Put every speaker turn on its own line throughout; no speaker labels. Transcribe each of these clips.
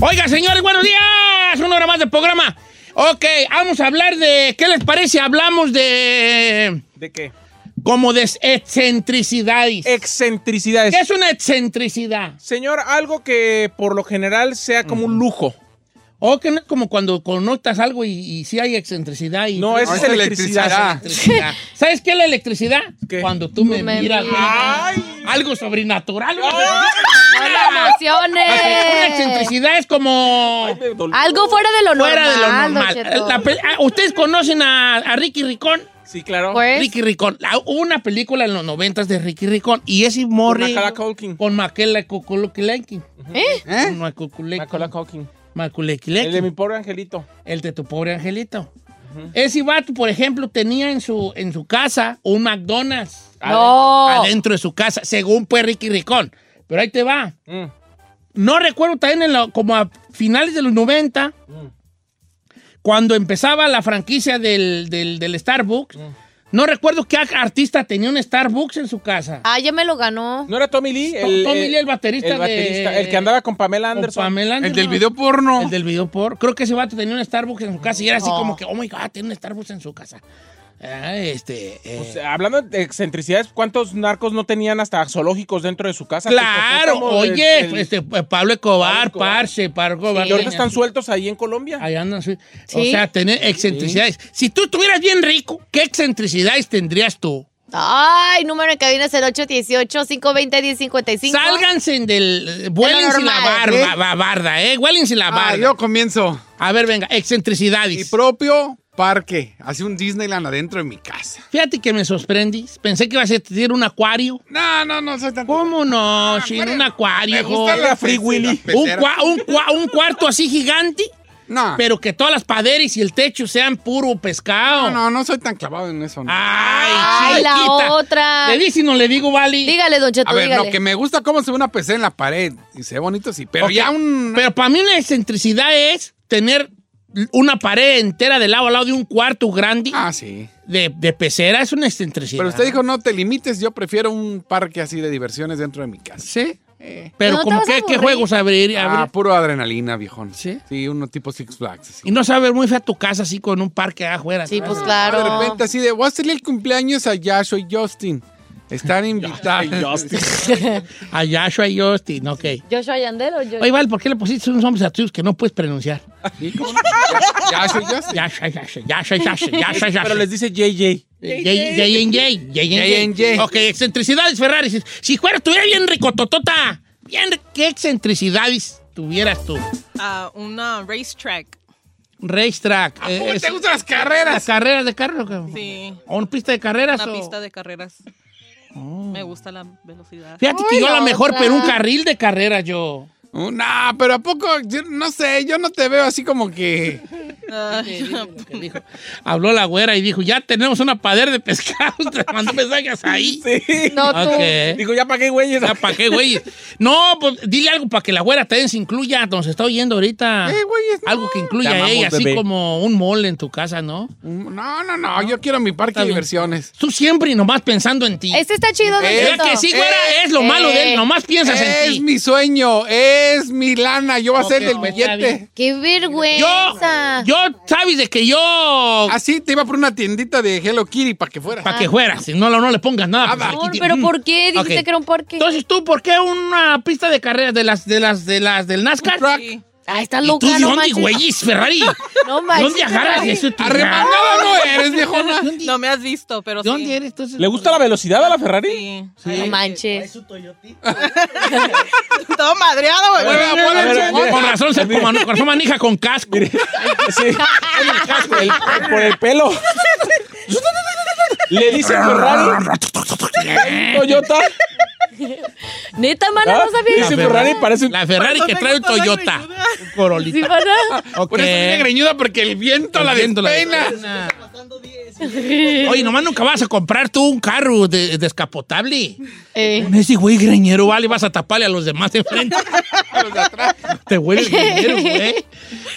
Oiga, señores, buenos días. Una hora más de programa. Ok, vamos a hablar de. ¿Qué les parece? Hablamos de.
¿De qué?
Como de excentricidades.
Excentricidades.
¿Qué es una excentricidad?
Señor, algo que por lo general sea como un lujo.
O que no es como cuando connotas algo y, y sí hay excentricidad. Y
No, eso es
Ah,
electricidad.
electricidad. ¿Sabes qué es la electricidad?
¿Qué?
Cuando tú me,
me
miras.
miras.
Ay. Algo sobrenatural.
¡Hola,
Ok, Una
emociones!
excentricidad es como.
Me dolió.
Algo fuera de lo
Fuera de lo
normal.
normal.
don Cheto.
La pe- ah, Ustedes conocen a, a Ricky Ricón.
Sí, claro.
Pues,
Ricky Ricón. La- hubo una película en los noventas de Ricky Ricón. Y ese
Por
morre
Macaulay Culkin.
con Macaulay Culkin.
¿Eh?
Macaulay
Macaulay
Culkin. El de mi
Culkin.
pobre angelito.
El de tu pobre angelito. Ese vato, por ejemplo, tenía en su, en su casa un McDonald's.
No.
Adentro, adentro de su casa, según pues Ricky Ricón. Pero ahí te va.
Mm.
No recuerdo también en la- como a finales de los 90, cuando empezaba la franquicia del, del- del Starbucks. No recuerdo qué artista tenía un Starbucks en su casa.
Ah, ya me lo ganó.
¿No era Tommy Lee? eh,
Tom- Tommy Lee, el baterista
El baterista.
de-
El que andaba con Pamela
Con
Anderson.
Pamela
El
Anderson.
del video porno.
El del video por. Creo que ese vato tenía un Starbucks en su casa y era así
Oh.
como que, oh my god, tiene un Starbucks en su casa. Ah, este. eh,
O sea, hablando de excentricidades, ¿cuántos narcos no tenían hasta zoológicos dentro de su casa?
claro,
Hipopótamo, el-
oye,
el-
este, eh, Pablo Escobar,
Pablo Escobar.
Parche, Pablo Escobar.
y ahorita
tenía
están
su-
sueltos ahí en Colombia.
Ahí andan, sí. O
Sí.
sea, tener excentricidades. Si tú estuvieras bien rico, ¿qué excentricidades tendrías tú?
Ay, número en cabina es el 818-520-1055.
Sálganse del. Vuélense Eh, la
normal.
barba, barda, ¿eh? Vuélense la barba.
Ah, yo comienzo.
A ver, venga, excentricidades.
Mi propio parque. Hace un Disneyland adentro de mi casa.
Fíjate que me sorprendí. Pensé que ibas a tener un acuario.
No, no, no soy tan.
¿Cómo no? Sin
bueno,
un acuario.
Me gusta
hijo.
la
Free Willy.
las
un,
peceras.
cua- un cua- un cuarto así gigante,
No,
pero que todas las paredes y el techo sean puro pescado. Ah.
no, no, no soy tan clavado en eso. no.
Ay,
Ay, la
chiquita.
otra.
Le di si no le digo, Vali.
Ah. Dígale, Don Cheto,
A ver,
dígale.
lo que me gusta cómo se ve una PC en la pared. Y se ve bonito, sí. Pero
Ok,
ya un.
Pero para mí una excentricidad es tener una pared entera de lado a lado de un cuarto grande
Ah, sí.
de, de pecera. Es una excentricidad.
Pero usted dijo, no te limites, yo prefiero un parque así de diversiones dentro de mi casa.
Sí. Pero
Eh, No te
como
vas a
que, ¿qué
aburrir.
juegos abrir?
Ah,
abrir?
puro adrenalina, viejón.
¿Sí?
Sí, uno tipo Six Flags. así.
Y no saber muy fea tu casa así con un parque afuera.
Sí, pues
Ah,
claro.
De repente así de, voy a hacerle el cumpleaños allá, soy Justin. Están invitados.
A Joshua y Justin, ok.
Joshua Yandel o yo.
Oye, Val, ¿por qué le pusiste unos nombres a tus que no puedes pronunciar?
Sí, ¿cómo no? Ya, ya soy Justin.
Joshua, Joshua, Joshua, Joshua, Joshua, Joshua.
Pero les dice JJ.
J&J. J&J.
J&J.
Ok, excentricidades, Ferrari. Si, si fuera, estuviera bien ricototota. Bien, ri- ¿qué excentricidades tuvieras tú?
Ah, una racetrack.
Racetrack. eh,
¿Cómo
es-
te gustan las carreras?
¿Carreras de carro? cabrón?
Sí.
¿O una pista de carreras?
Una
o-
pista de carreras.
Oh.
Me gusta la velocidad.
Fíjate
Uy,
que yo a
la
lo mejor,
otra.
pero un carril de carreras yo.
Uh, No, pero ¿a poco? Yo no sé, yo no te veo así como que
que dijo. Habló la güera y dijo, ya tenemos una padera de pescado. Te mandó mensajes ahí.
Sí.
No, tú.
Ok.
Digo, ya para qué, güey.
Ya, ¿Para qué, güey? No, pues dile algo para que la güera también se incluya, donde se está oyendo ahorita. Algo que incluya
Te
a ella,
amamos,
así
bebé.
como un mole en tu casa, ¿no?
No, no, no, yo quiero mi parque de
bien.
diversiones.
Tú siempre y nomás pensando en ti.
Este está chido, Don
¿Verdad
Cheto?
que sí, güera? es lo malo de él, nomás piensas en
Eh, Es
ti.
mi sueño, es mi lana, yo voy a
Ok,
hacer del
pues, está
billete.
bien.
¡Qué
Yo,
vergüenza!
yo, sabes de que yo...
Así Ah, te iba por una tiendita de Hello Kitty para que fuera. Ah,
Para que fuera, si no, no no le pongas nada.
Nada.
pues,
Amor,
aquí te-
¿Pero
Mm.
por qué dijiste
Ok.
que era un parque?
Entonces tú, ¿por qué una pista de carreras de las, de las, de las del NASCAR?
Sí.
Ay, Ah, estás
¿Y tú
loca,
de
no
dónde,
manches.
güey? Ferrari.
No
¿De
manches.
¿Dónde agarras
Ferrari.
eso? tía?
Arremangada no eres, viejona.
No me has visto, pero
¿De dónde
sí.
eres? Entonces,
¿Le gusta la velocidad a la Ferrari?
Sí.
No manches.
Todo madreado, güey.
Mueve, mueve el
a ver,
chingón.
Con razón se como con razón manija con casco.
Sí. El- el- por el pelo. Le dice Ferrari, Toyota.
Neta, mana,
¿Ah?
no sabía
Dice
eso.
Ferrari, parece un.
La Ferrari que trae un
Perfecto, la
Toyota. Un Corolita.
Sí, mana.
Ok.
Por eso viene greñuda, porque el viento la
Entiendo la
despena.
pena. Oye, nomás nunca vas a comprar tú un carro de- descapotable.
Eh,
Con ese güey greñero, vale, vas a taparle a los demás de frente.
A los de atrás.
Te hueles greñero, güey.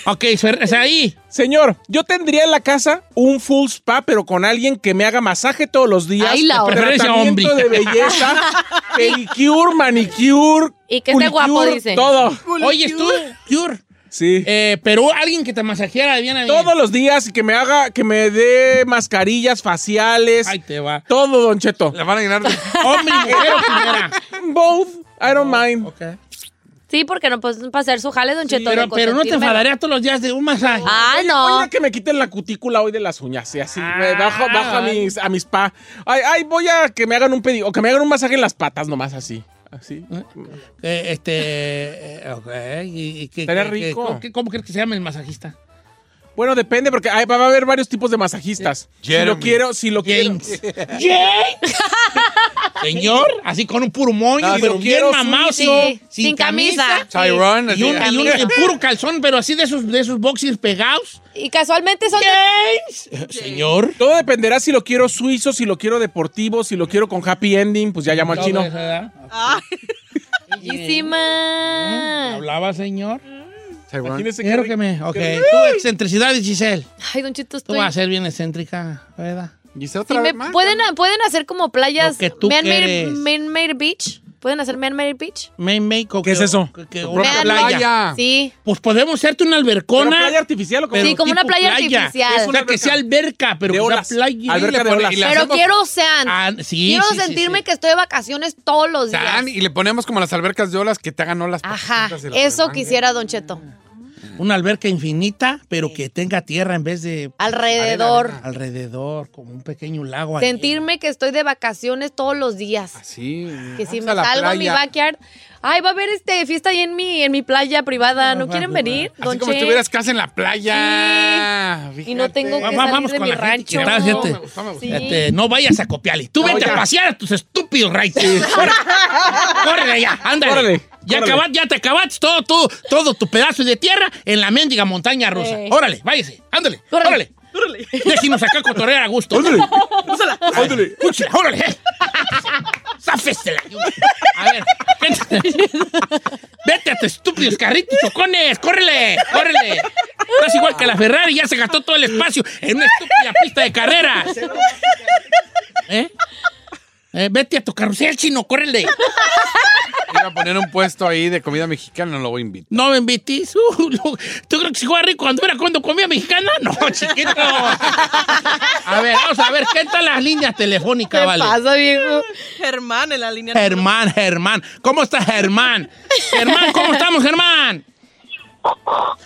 Ok, Fer- o sea, ahí.
Señor, yo tendría en la casa un full spa, pero con alguien que me haga masaje todos los días.
Ay, la
De
otra.
preferencia hombre. de belleza, pedicure, manicure.
Y que esté guapo,
culicure,
dice.
Todo.
Oye, tú, Cure.
Sí.
Eh, pero alguien que te masajeara de bien a bien.
todos los días y que me haga, que me dé mascarillas faciales.
Ay, te va.
Todo, Don Cheto.
La van a llenar de...
Hombre, mujer o quimera.
Both. I don't mind.
sí, porque no puedes pasar su jale, Don Cheto.
Pero,
de
pero no te
consentirme.
enfadarías todos los días de un masaje.
Ah,
Oye,
no.
mira que me quiten la cutícula hoy de las uñas, y así,
Ah,
me bajo, bajo a
vale.
mis, a mis pa. Ay, ay, voy a que me hagan un pedido, o que me hagan un masaje en las patas nomás, así,
Ah,
así.
Eh, este. eh, ok. ¿Y, y qué-
Estaría
qué- qué-
rico.
Eh, ¿cómo, qué- cómo crees que se llama el masajista?
Bueno, depende, porque hay- va a haber varios tipos de masajistas. Si lo
Jeremy.
quiero, si lo
James.
quiero.
¡James! Señor, así con un puro moño,
Ah,
No,
pero
sin
bien
quiero
mamado,
sucio.
sin,
Sin camisa.
Tyrone.
Y un,
así.
y un- y puro calzón, pero así de esos, de esos boxers pegados.
Y casualmente son de-
¡James! Señor.
Todo dependerá si lo quiero suizo, si lo quiero deportivo, si lo quiero con happy ending, pues ya llamo al
Todo
chino.
eso, ¿verdad? Mm,
Bellísima.
Hablaba, señor.
Tyrone.
Imagínese
Quiero
qué
que
rico.
me. Ok. Tú, excentricidades, Giselle.
Ay, Don Cheto,
Tú
estoy...
vas a ser bien excéntrica, ¿verdad?
¿Y se
Sí,
otra vez
me-
más?
pueden, pueden hacer como playas.
Lo que tú
Man-made
quieres.
man-made Beach. ¿Pueden hacer Man-Made Beach?
Main make o
¿Qué es eso?
que- que-
Tu
una
propia
playa.
playa.
Sí.
Pues podemos hacerte una
¿Una
albercona.
playa artificial o como?
pero
Sí, como una
tipo
playa artificial.
O sea, que sea alberca, pero
De
que sea
olas.
playa.
Alberca
Y
de
le pone-
olas.
y le
Pero
hacemos-
quiero sean.
Ah, sí,
quiero
sí, sí,
sentirme
sí.
que estoy de vacaciones todos los días.
Tan, Ah, y le ponemos como las albercas de olas que te hagan olas.
Ajá.
papitas y Ah, las
Eso
remanguen.
quisiera, Don Cheto.
Una alberca infinita, pero que tenga tierra en vez de
Alrededor.
alrededor, como un pequeño lago. ahí.
Sentirme que estoy de vacaciones todos los días.
Así.
Que si
Ah, vamos
me
a la
salgo a mi
playa.
backyard. Ay, va a haber este fiesta ahí en mi, en mi playa privada. ¿No
Ah,
quieren
va,
venir?
Así
Don
como si
Che?
tuvieras casa en la playa.
Y no tengo que
Va- va-
salir
vamos
de
con
mi
la gente,
rancho.
que tal gente?
Me gustó, me gustó.
Sí.
Este, no vayas a copiarle. Tú vete a
ya.
pasear a tus estúpidos raíces. Corre, Córrele ya, ándale.
Córrele,
ya,
córrele.
acabaste, ya te acabaste todo, tú, todo tu pedazo de tierra en la mendiga montaña rusa.
Sí.
Órale, váyase, ándale,
Córrele.
órale.
Órale.
Déjenos acá cotorrear a gusto.
Ándale,
Ándale. Escúchela, órale. eh. Záfesela. A ver. vete. Vete a tus estúpidos carritos, chocones. Córrele, córrele. Estás igual que la Ferrari, ya se gastó todo el espacio en una estúpida pista de carrera. ¿Eh? Eh, vete a tu carrusel, chino, córrele.
Iba a poner un puesto ahí de comida mexicana, no lo voy a invitar.
No me invites. Uh, no. ¿Tú crees que si juega rico cuando era cuando comía mexicana? No, chiquito. A ver, vamos a ver, ¿qué tal las líneas telefónicas,
¿Qué
vale?
pasa, viejo?
Germán en la línea.
Germán, Germán. ¿Cómo está Germán? Germán, ¿cómo estamos, Germán?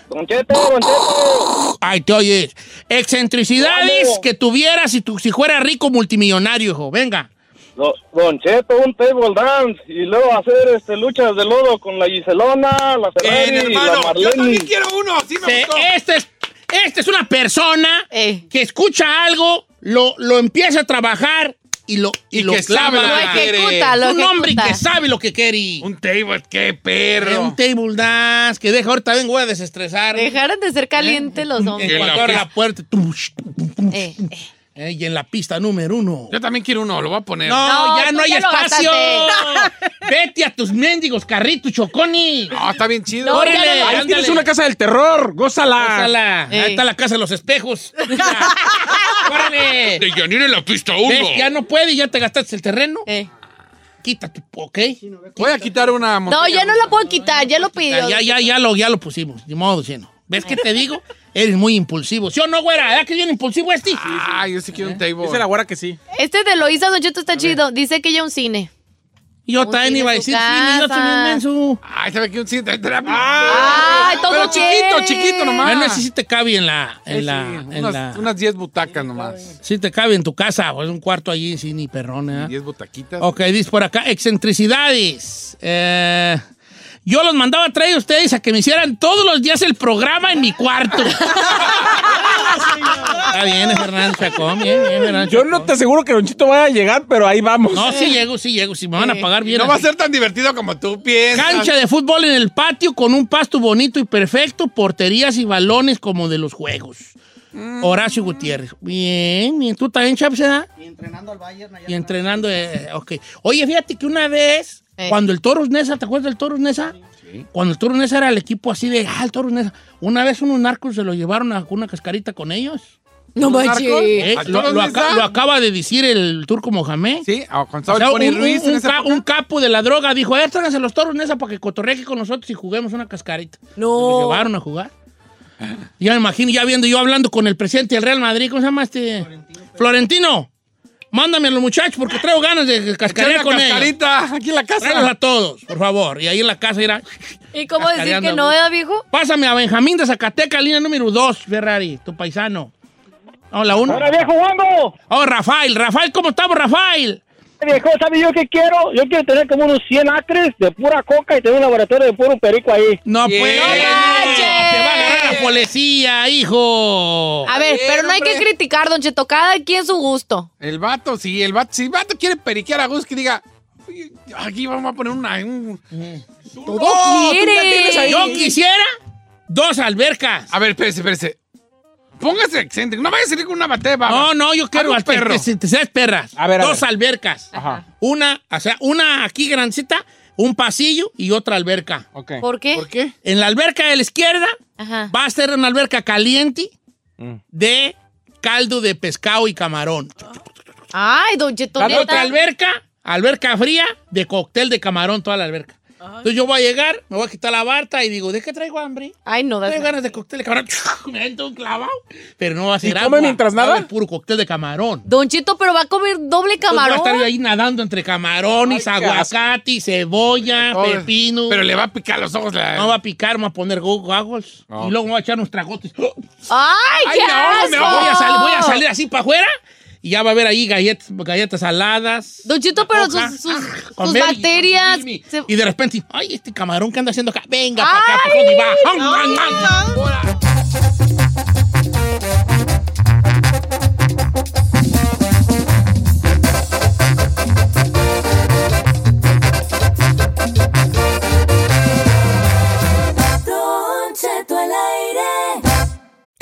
Don Cheto, Don Cheto.
Ay, te oyes. Excentricidades
Vamos.
que tuvieras si, tu, si fuera rico multimillonario, hijo. Venga.
Do- Don Cheto, un table dance y luego hacer este luchas de lodo con la Giselona, la Ferrari,
Bien,
la
Eh, hermano, yo
Marlene.
también quiero uno. Sí me
Se-
gustó.
esta, este es, esta es una persona
Eh.
que escucha algo, lo, lo empieza a trabajar y lo, y
Y
lo
que sabe
clava.
lo que quiere.
ejecuta, lo
un hombre
ejecuta.
que sabe lo que quiere.
Un table, qué perro.
Un table dance que deja, ahorita vengo a desestresar.
Dejaron de ser calientes los
En
hombres.
cuanto
la
abre la puerta, tum, sh, tum, tum,
Eh,
sh, tum. Eh, y en la pista número uno.
Yo también quiero uno, lo voy a poner.
No,
No,
ya
tú
no hay
ya lo
espacio. Vete a tus mendigos carritos, Choconi.
No, Ah, está bien chido.
No,
Órale,
ya no
Ahí
ándale.
tienes una casa del terror, gózala.
Gózala.
Eh.
Ahí está la casa de los espejos. Órale.
De Yanir en la pista uno.
¿Ves? Ya no puede, ya te gastaste el terreno.
eh.
Quita tu, ¿ok?
Voy a quitar una
No,
montaña
ya no la puedo quitar, ya lo pidió.
Ya, ya, ya lo, ya lo pusimos. Ni modo, chino. ¿Ves qué te digo? Eres muy impulsivo. ¿Sí o no, güera? ¿Verdad que bien impulsivo este? ¿Eh?
Ah, yo sí quiero un table.
Dice la güera que sí.
Este de Loisa Don Cheto está chido. Dice que ya un cine.
Yo
Un
también
cine
iba a
en
decir,
su
sí, yo soy
casa.
bien menso.
Ay, se ve que un cine de terapia.
Ah,
Ay, todo
Pero
quiere.
chiquito, chiquito nomás.
Bueno, ese sí te cabe en la... En
Sí,
la, en
unas,
la-
unas 10 butacas nomás.
Sí te cabe en tu casa, o en un cuarto allí, sin ni perrón, ¿eh?
10 butaquitas.
Ok, dice por acá, excentricidades. Eh, yo los mandaba a traer a ustedes a que me hicieran todos los días el programa en mi cuarto. Está bien, Fernando Chacón, bien, bien, Fernando
Yo no
Chacón.
te aseguro que Donchito vaya a llegar, pero ahí vamos.
No, sí
Mm.
llego, sí llego, si me van a pagar bien.
No va a
así.
ser tan divertido como tú piensas.
Cancha de fútbol en el patio con un pasto bonito y perfecto, porterías y balones como de los juegos.
Mm.
Horacio Gutiérrez. Bien, bien. ¿Tú también, Chaps, eh? Y entrenando al Bayern. Y entrenando, eh, ok. Oye, fíjate que una vez,
Eh.
cuando el Toros Nesa, ¿te acuerdas del Toros Nesa? Cuando el Toros Nesa era el equipo así de, ah, el Toros Nesa. Una vez unos narcos se lo llevaron a una cascarita con ellos.
No manches.
Eh,
¿Al
Lo,
Toros
lo
Nesa?
aca- lo acaba de decir el turco Mohamed.
Sí, o con
O
Saúl
sea,
Pony
un,
Ruiz
un-
en
un
esa
ca-
época.
un capo de la droga dijo, eh, tráiganse los toros Nesa para que cotorree aquí con nosotros y juguemos una cascarita. Nos
No.
llevaron a jugar. Ya me imagino, ya viendo yo hablando con el presidente del Real Madrid, ¿cómo se llama este? Florentino. mándame a los muchachos porque traigo ganas de
Quiero
cascarear
una
con ellos.
cascarita, aquí en la
Tráelos a
casa.
todos, por favor. Y ahí en la casa era...
¿Y cómo decir
Cascareando
que no,
a gusto.
eh, viejo?
Pásame a Benjamín de Zacatecas, línea número 2, Ferrari, tu paisano. Hola, uno.
Ahora viejo Wango,
Oh, Rafael, Rafael, ¿cómo estamos, Rafael?
viejo, ¿sabes yo qué quiero? Yo quiero tener como unos 100 acres de pura coca y tener un laboratorio de puro perico ahí.
No
Yeah.
puede.
¡No
manches!
Te va a agarrar la policía, hijo.
A ver,
bien,
pero no hay que
hombre.
criticar, Don Cheto. Cada quien su gusto.
El vato, sí, el vato. Si el vato quiere periquear a Gus, que diga, "Oye, aquí vamos a poner una. un-
Todo
Oh, tú ya
quiere.
tienes ahí.
Yo quisiera dos albercas.
A ver, espérese, espérese. Póngase excéntrico. No vaya a salir con una batea de baba.
No, no, yo quiero
Hazlo,
al perro.
perro.
Que, te seas perras.
A ver, a
dos
ver.
albercas.
Ajá.
Una, o sea, una aquí grandecita, un pasillo y otra alberca.
Ok.
¿Por qué?
¿Por qué?
En la alberca de la izquierda
Ajá.
va a ser una alberca caliente
Mm.
de caldo de pescado y camarón.
Ay, Don Cheto,
La otra
neta.
alberca, alberca fría, de cóctel de camarón, toda la alberca. Entonces yo voy a llegar, me voy a quitar la barta y digo, ¿de qué traigo hambre?
Ay, no,
Traigo
das-
ganas de cóctel de camarón. Me meto un clavado. Pero no va a ser
¿Y come
agua.
mientras nada?
Va a haber puro cóctel de camarón.
Don Cheto, pero va a comer doble
Entonces Voy Pues a estar yo
camarón.
ahí nadando entre camarones,
Ay, qué
aguacate, cebolla,
Oh,
pepino.
Pero le va a picar los ojos. La...
No va a picar, me va a poner go- goggles.
No.
Y luego me va a echar unos tragotes.
Ay,
Ay,
qué
me ahogo, me
asco.
ahogo.
Voy a, sal- voy a salir así para afuera y ya va a haber ahí galletas, galletas saladas.
Don Cheto, pero
Coca,
sus, sus,
ah,
sus
comer y-
bacterias.
y- y-
se-
Y de repente, ay, este camarón que anda haciendo acá. Venga, para acá, para y va. ¡Am, am, am!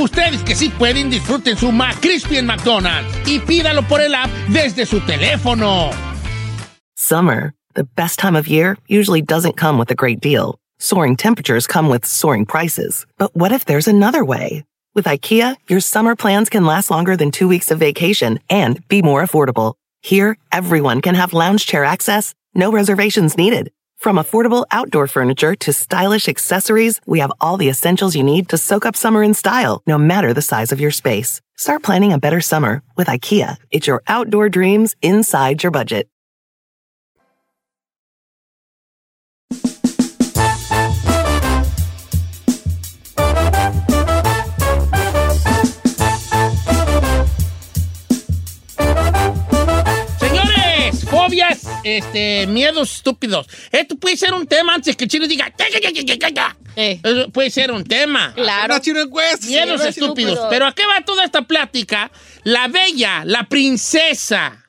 Ustedes que sí pueden, disfruten su McCrispy en McDonald's y pídalo por el app desde su teléfono.
Summer, the best time of year, usually doesn't come with a great deal. Soaring temperatures come with soaring prices. But what if there's another way? With IKEA, your summer plans can last longer than two weeks of vacation and be more affordable. Here, everyone can have lounge chair access, no reservations needed. From affordable outdoor furniture to stylish accessories, we have all the essentials you need to soak up summer in style, no matter the size of your space. Start planning a better summer with IKEA. It's your outdoor dreams inside your budget.
Señores, fobias, este, miedos estúpidos. Esto puede ser un tema antes que Chino diga. "Ya, ya, ya, ya, ya, ya".
Eh.
Eso puede ser un tema.
Claro.
Una chino encuesta.
Miedos
Sí,
estúpidos.
estúpido.
Pero ¿a qué va toda esta plática? La bella, la princesa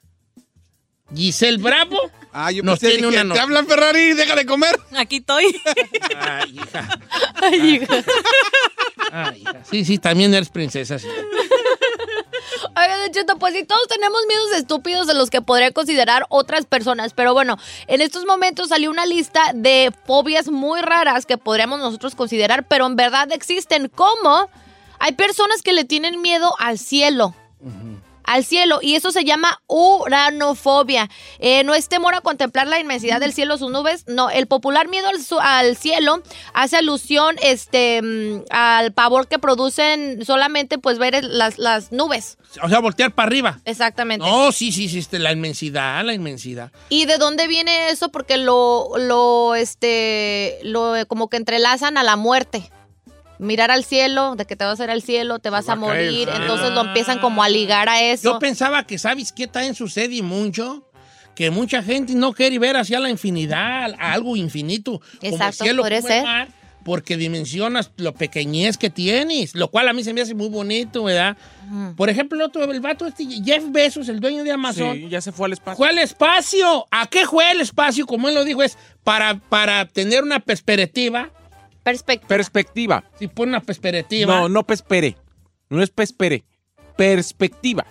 Giselle Bravo
Ah, yo
nos
pensé
tiene una
dije, ¿Te
noticia.
hablan Ferrari? ¡Déjale comer!
Aquí estoy.
Ay, hija.
Ay, hija.
Ay, hija. Sí, sí, también eres princesa. sí.
Oiga, Don Cheto, pues sí, todos tenemos miedos estúpidos de los que podría considerar otras personas. Pero bueno, en estos momentos salió una lista de fobias muy raras que podríamos nosotros considerar, pero en verdad existen. Como hay personas que le tienen miedo al cielo. Al cielo, y eso se llama uranofobia. Eh, no es temor a contemplar la inmensidad del cielo, sus nubes. No, el popular miedo al, su- al cielo hace alusión este, mm, al pavor que producen solamente pues ver el- las, las nubes.
O sea, voltear para arriba.
Exactamente.
No, sí, sí, sí, este, la inmensidad, la inmensidad.
¿Y de dónde viene eso? Porque lo, lo, este, lo eh, como que entrelazan a la muerte. Mirar al cielo, de que te vas a ir al cielo, te vas
va
a
a caer,
morir.
ah.
Entonces lo empiezan como a ligar a
Yo
eso.
pensaba que, ¿sabes qué también sucede y mucho? Que mucha gente no quiere ver hacia la infinidad, a algo infinito, como el
Exacto,
cielo,
podría
como el
ser.
mar, porque dimensionas lo pequeñez que tienes, lo cual a mí se me hace muy bonito, ¿verdad? Por ejemplo, el otro, el vato este, Jeff Bezos, el dueño de Amazon,
Sí, ya se fue al espacio.
fue al espacio. ¿A qué fue el espacio? Como él lo dijo, es para, para tener una perspectiva.
Perspectiva.
Perspectiva.
Si pone una perspectiva,
No, no pespere. No es pespere. Perspectiva.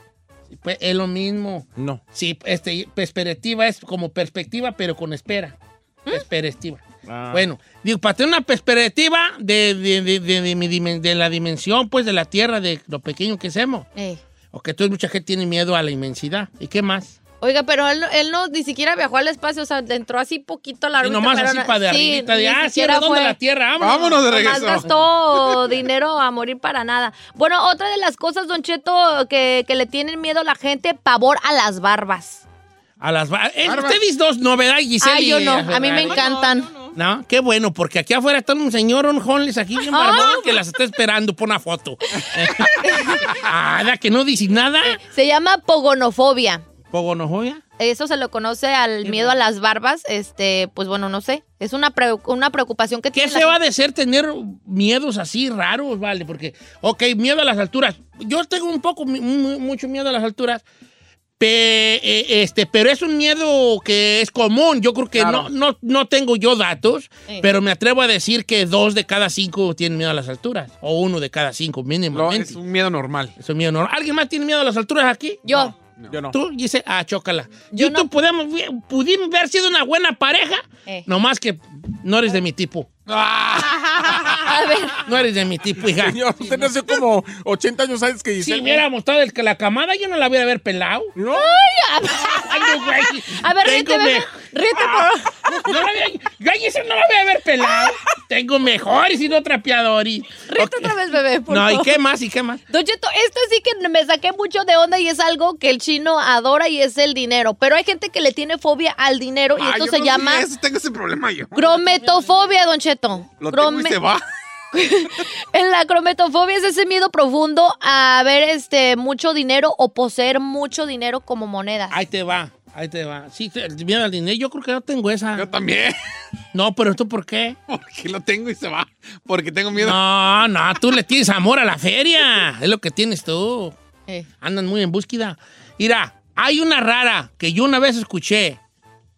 pues, es lo mismo.
No.
Sí, este, perspectiva es como perspectiva, pero con espera.
¿Mm?
Perspectiva.
Ah.
Bueno, digo, para tener una perspectiva de, de, de, de- de mi dimen- de la dimensión, pues, de la Tierra, de lo pequeño que somos.
Ey.
O que entonces mucha gente tiene miedo a la inmensidad. ¿Y qué más?
Oiga, pero él, no- él no ni siquiera viajó al espacio, o sea, le entró así poquito la
Y nomás así para de arribita, de, ah, sí, redonda la Tierra, vámonos.
¡Vámonos de
Nomás
regreso!
gastó dinero a morir para nada. Bueno, otra de las cosas, Don Cheto, que, que le tienen miedo a la gente, pavor a las barbas.
A las... ba- Eh,
Bárbara.
Ustedes dos, novedad, Giselle.
Ay,
y
yo no, a mí
Ferrari.
me encantan.
No, qué bueno, porque aquí afuera está un señor, un homeless aquí bien
Ah.
barbón que las está esperando por una foto. Nada, que no dice nada.
Se llama pogonofobia.
Pogonofobia.
Eso se lo conoce al miedo a las barbas. Este, pues bueno, no sé. Es una, pre- una preocupación que
¿Qué
tiene. la
se va a
gente.
decir tener miedos así raros, vale? Porque, ok, miedo a las alturas. Yo tengo un poco, mi- mu- mucho miedo a las alturas, Pe- eh, este, pero es un miedo que es común. Yo creo que no, no, no tengo yo datos,
Sí.
pero me atrevo a decir que dos de cada cinco tienen miedo a las alturas. O uno de cada cinco, mínimamente.
es un miedo normal.
Es un miedo normal. ¿Alguien más tiene miedo a las alturas aquí?
Yo.
Yo no.
Tú dices, ah, chócala. Yo tú podemos, pudimos haber sido una buena pareja,
Eh. Ah.
nomás que no eres de mi tipo.
A ver.
No eres de mi tipo, hija.
Señor, usted nació como 80 años antes que
Si
Giselle.
hubiera mostrado el, la camada, yo no la hubiera haber pelado.
No,
Ay, no, güey.
A ver,
Tengo
ríete,
me- Ah.
bebé. Ríete,
No la había- yo a Giselle no la voy a haber pelado. Tengo mejores y no trapeadores.
por- ríete otra vez, bebé, por
No, ¿y
favor.
qué más? ¿Y qué más?
Don Cheto, esta sí que me saqué mucho de onda y es algo que el chino adora y es el dinero. Pero hay gente que le tiene fobia al dinero y
Ah,
esto
yo
se
no sé
llama
eso, tengo ese problema yo.
crometofobia, Don Cheto.
Lo tengo y
Crome-
se va.
En la crometofobia es ese miedo profundo a ver este mucho dinero o poseer mucho dinero como moneda.
Ahí te va, ahí te va. Sí, te- el miedo al dinero, yo creo que no tengo
Yo
esa.
también.
No, pero ¿tú por qué?
Porque lo tengo y se va. Porque tengo miedo.
No, no, tú le tienes amor a la feria. Es lo que tienes tú.
Eh.
Andan muy en búsqueda. Mira, hay una rara que yo una vez escuché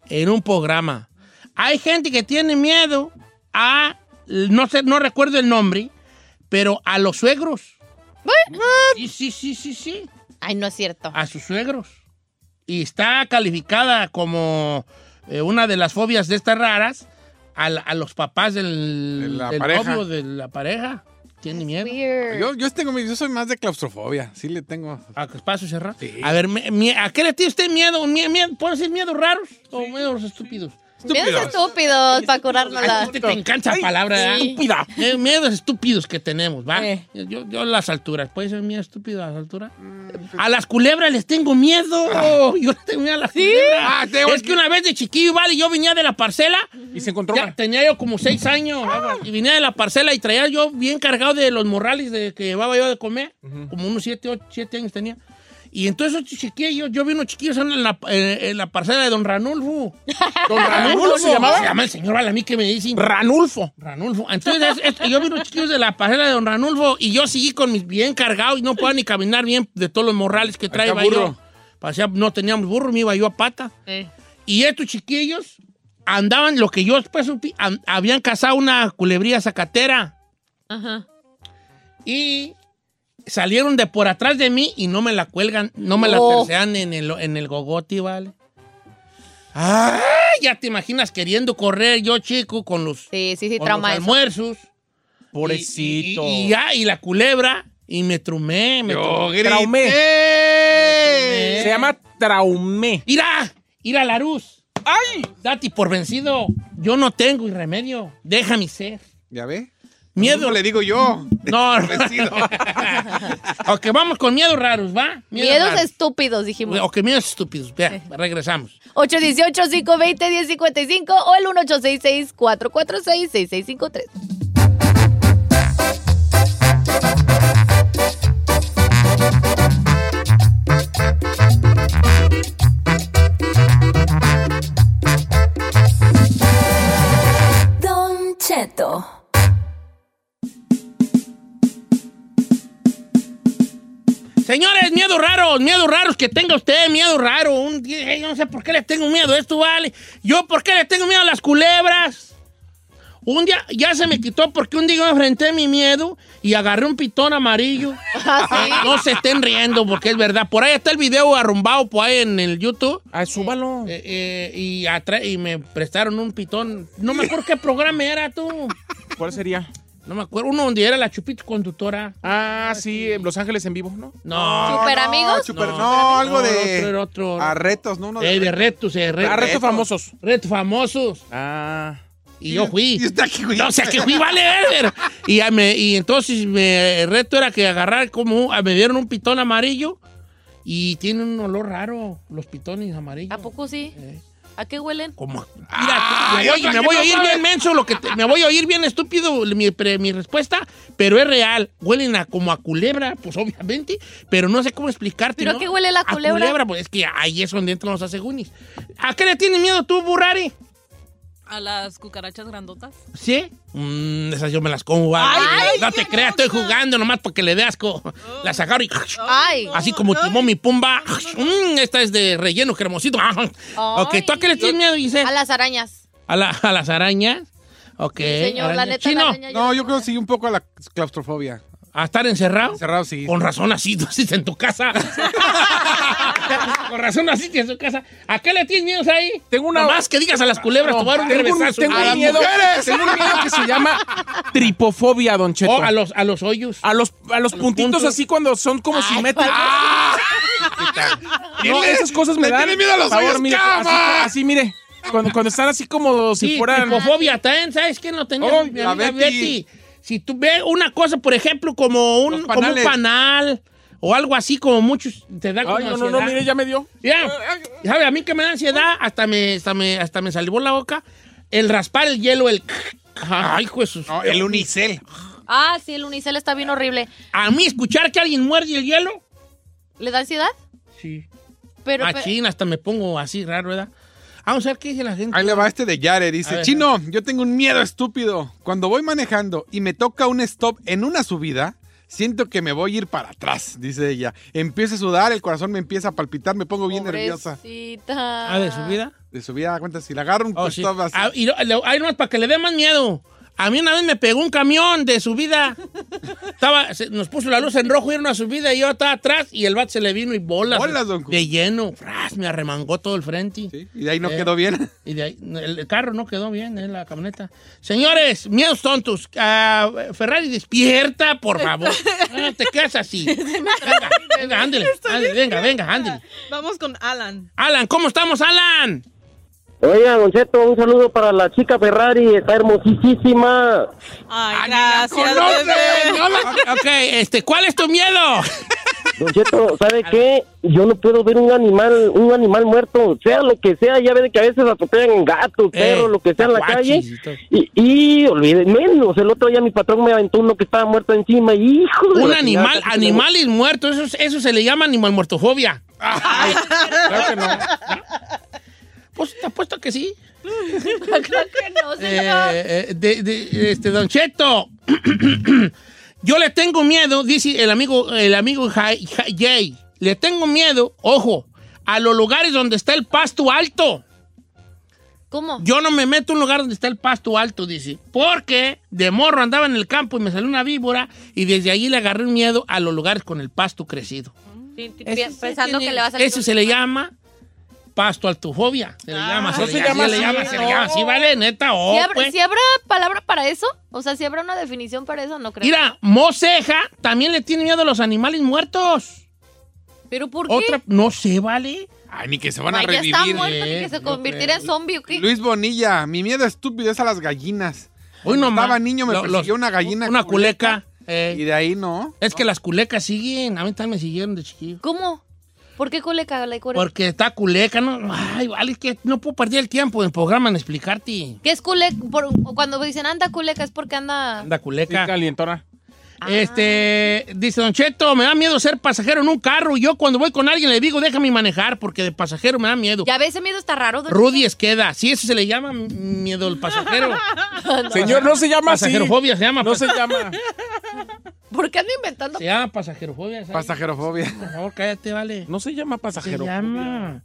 en un programa. Hay gente que tiene miedo a, no sé, no recuerdo el nombre, pero a los suegros. Sí, sí, sí, sí, sí.
Ay, no es cierto.
A sus suegros. Y está calificada como eh, una de las fobias de estas raras a, la- a los papás del,
De la
del
pareja.
novio, de la pareja. Tiene miedo.
Weird.
Yo, yo tengo miedo. Yo soy más de claustrofobia. Sí le tengo.
¿A qué espacio cerrado?
Sí.
pues A ver, me- mie- ¿a qué le tiene usted miedo? Mie- mie- ¿Puede ser miedos raros o miedos estúpidos?
Miedos estúpidos para curárnosla.
Ay, te, te encanta la palabra, ¿verdad?
Estúpida.
Eh, miedos estúpidos que tenemos, ¿va?
Eh.
Yo, yo a las alturas. ¿Puede ser miedo estúpido a las alturas?
Mm.
A las culebras les tengo miedo. Yo les tengo miedo a las culebras.
Ah, tengo-
Es que una vez de chiquillo, vale, yo venía de la parcela.
Y se encontró. Ah.
Ya, tenía yo como seis años. aguas, Y venía de la parcela y traía yo bien cargado de los morrales de que llevaba yo de comer. Como unos siete, ocho, siete años tenía. Y entonces esos chiquillos, yo vi unos chiquillos en la, eh, en la parcela de don Ranulfo.
¿Don Ranulfo se
Se
llamaba?
llama el señor Balamí que me dicen.
Ranulfo.
Ranulfo. Entonces, es- es- yo vi unos chiquillos de la parcela de don Ranulfo y yo seguí con mis bien cargados y no podía ni caminar bien de todos los morrales que traía yo.
burro.
Pasea- no teníamos burro, me iba yo a pata.
Eh.
Y estos chiquillos andaban, lo que yo después supi- an- habían cazado una culebría zacatera
Ajá.
y salieron de por atrás de mí y no me la cuelgan, no me
No.
la tercean en el, en el gogoti, ¿vale? ¡Ah! Ya te imaginas queriendo correr yo, chico, con los,
Sí, sí, sí,
con los
trauma eso.
almuerzos.
Pobrecito.
Y, y- y ya, y la culebra, y me trumé, me
Yo
trumé.
grité.
Traumé.
Traumé.
Se llama traumé.
¡Ira! ¡Ira la luz!
¡Ay!
Dati por vencido. Yo no tengo remedio. Déjame ser.
¿Ya ve?
Miedo.
No le digo yo.
No, no.
Vencido.
ok, vamos con miedos raros, ¿va?
Miedos
raros.
estúpidos, dijimos.
Ok, miedos estúpidos. Vea, regresamos.
818-520-1055 o el 1866-446-6653.
Don Cheto.
Señores, miedos raros, miedos raros que tenga usted, miedo raro. Un- eh, yo no sé por qué le tengo miedo a esto, vale. Yo, ¿por qué le tengo miedo a las culebras? Un día ya se me quitó porque un día yo enfrenté mi miedo y agarré un pitón amarillo.
Ah,
Eh, no se estén riendo porque es verdad. Por ahí está el video arrumbado por ahí en el YouTube.
Ay, Ah, súbalo.
Eh, eh, y, atra- y me prestaron un pitón. No me acuerdo qué programa era tú.
¿Cuál sería?
No me acuerdo. Uno donde era la Chupito conductora.
Ah, sí, en Los Ángeles en vivo, ¿no?
No.
Super
No,
amigos.
chuper-
No,
no, algo
no,
de.
otro, era otro.
A retos, ¿no? Uno
Eh, de retos, eh, retos.
A retos famosos.
Retos famosos.
Ah.
Y yo fui.
Y usted aquí, güey.
No, o sea, que fui, vale, ver. Y, ya me- y entonces me- el reto era que agarrar como, me dieron un pitón amarillo y tiene un olor raro los pitones amarillos.
¿A poco sí?
Eh.
¿A qué huelen?
Como. Mira,
Ah,
me voy,
otra
me
que
voy
no
a oír
sabe.
bien menso, lo que te- me voy a oír bien estúpido mi, pre- mi respuesta, pero es real. Huelen a, como a culebra, pues obviamente, pero no sé cómo explicarte.
¿Pero
¿no?
a qué huele la
A
culebra?
pues es que ahí es donde entran los asegunis. ¿A qué le tienes miedo tú, Burrari?
A las cucarachas grandotas.
¿Sí? Mm, esas yo me las como, va.
Ay, ay,
no te creas, estoy jugando nomás porque le dé asco.
Oh.
Las agarro y... Así como timón y pumba. Mm, esta es de relleno cremosito. Ok, ¿tú a qué le tienes miedo, Giselle?
A las arañas.
¿A, la- a las arañas? Ok.
señor, la
arañas.
neta, la
¿Chino?
araña yo-
No, yo creo que sí, un poco a la claustrofobia.
¿A estar encerrado?
Encerrado, sí.
Con razón así, tú haces en tu casa. Con razón así que en su casa. ¿A qué le tienes miedo ahí?
Tengo una-
Nomás que digas a las culebras,
No,
tomar un
tengo un-
revesazo.
tengo
a
un
las
miedo-
mujeres.
Tengo un miedo que se llama tripofobia, Don Cheto.
O a los, a los hoyos.
A los, a los puntitos
puntos.
así cuando son como simétricos. No,
Dile,
esas cosas me
le
dan.
tiene miedo a los
pavor,
hoyos,
mire, así,
cama.
así, mire. Cuando, cuando están así como si
Sí,
fueran.
tripofobia también, ¿sabes quién lo tenía?
Oh,
Mi
la
amiga
Betty.
Betty. Si tú ves una cosa, por ejemplo, como un,
Los
como un
panales.
panal o algo así, como muchos, te da como
Ay, no, no, no,
ansiedad.
mire, ya me dio.
Ya, ¿sabe? A mí que me da ansiedad, hasta me, hasta me, hasta me salivó la boca. El raspar el hielo, el... Ay, Jesús.
No, el unicel.
Ah, sí, el unicel está bien horrible.
A mí escuchar que alguien muerde el hielo.
¿Le da ansiedad?
Sí. Ah,
Pero, pero-
Machín, hasta me pongo así raro, ¿verdad? Vamos a ver qué dice la gente.
Ahí le va este de Yare.
A
Dice,
ver.
chino, yo tengo un miedo estúpido. Cuando voy manejando y me toca un stop en una subida, siento que me voy a ir para atrás, dice ella. Empiezo a sudar, el corazón me empieza a palpitar, me pongo bien nerviosa.
Pobrecita.
Ah, de su vida.
De subida, cuenta, si le agarro un
Oh, sí.
stop así.
Ah, y lo- le- ay, nomás para que le dé más miedo. A mí una vez me pegó un camión de subida. Estaba, se- nos puso la luz en rojo, era una subida y yo estaba atrás y el bat se le vino y bolas.
Bolas, don Cu-
de lleno. Fras, me arremangó todo el frente.
Sí, Y de ahí no
Eh.
quedó bien.
Y de ahí, el el carro no quedó bien, eh, la camioneta. Señores, miedos tontos. Ah, Ferrari, despierta, por favor. No te quedas así. Venga, venga, ándele, ándele, venga, venga, ándele.
Vamos con Alan.
Alan, ¿cómo estamos, Alan?
Oiga, Don Cheto, un saludo para la chica Ferrari, está hermosísima.
Ay,
Ah, ni la
gracias,
conoce,
bebé.
no la- Ok, este, ¿cuál es tu miedo?
Don Cheto, ¿sabe qué? Yo no puedo ver un animal, un animal muerto, sea lo que sea, ya ve que a veces atropellan gatos, perros,
Eh,
lo que sea en la calle.
tacuachis y todo.
Y, y olvide, menos, el otro día mi patrón me aventó uno que estaba muerto encima, hijo de
Un
la chingada,
animal,
casi que me-
animales muertos, eso, eso se le llama animal muertofobia.
Claro que no.
Pues te apuesto que sí.
Creo que no, señor.
Eh, eh, de, de- este, Don Cheto. Yo le tengo miedo, dice el amigo, el amigo Ja- Ja- Jay. Le tengo miedo, ojo, a los lugares donde está el pasto alto.
¿Cómo?
Yo no me meto a un lugar donde está el pasto alto, dice. Porque de morro andaba en el campo y me salió una víbora y desde allí le agarré un miedo a los lugares con el pasto crecido.
Pi- pi-
Eso sí
Pensando
tiene-
que le va a salir
Eso
un-
se le llama pasto altufobia. Se le llama, se,
Ah,
no
le,
se
llama,
llama
se le
así,
llama, se le
Oh.
no.
llama. Sí, vale, neta, oh,
¿Sí, habrá,
pues.
sí habrá palabra para eso? O sea, si habrá una definición para eso? No creo.
Mira, Moceja también le tiene miedo a los animales muertos.
¿Pero por qué?
Otra, no sé, vale.
Ay, ni que se van a
Ay, ya está
revivir.
muerta ni que
Eh,
se
no
convirtiera en zombie, ¿o qué?
Luis Bonilla, mi miedo estúpido es a las gallinas.
Hoy
Cuando
nomás.
Estaba niño, me
Lo-
persiguió
los-
una gallina.
Una culeca. eh.
Y de ahí no.
es que las culecas siguen. A mí también me siguieron de chiquillo.
¿Cómo? ¿Por qué coleca la culeca?
Porque está culeca, ¿no? Ay, vale, es que no puedo perder el tiempo en programa en explicarte.
¿Qué es culeca? Por- cuando dicen anda culeca es porque anda...
Anda,
Sí,
culeca.
calientona.
Este, dice Don Cheto, me da miedo ser pasajero en un carro. Yo cuando voy con alguien le digo, déjame manejar, porque de pasajero me da miedo.
Ya ve, ese miedo está raro. don
Rudy Esqueda, sí, eso se le llama miedo al pasajero.
Señor, no se llama así.
Pasajerofobia se llama.
No se llama.
Cheto. ¿Por qué anda inventando?
Se llama pasajerofobia. ¿sabes?
Pasajerofobia.
Por favor, cállate, vale.
No se llama
se
pasajero.
llama.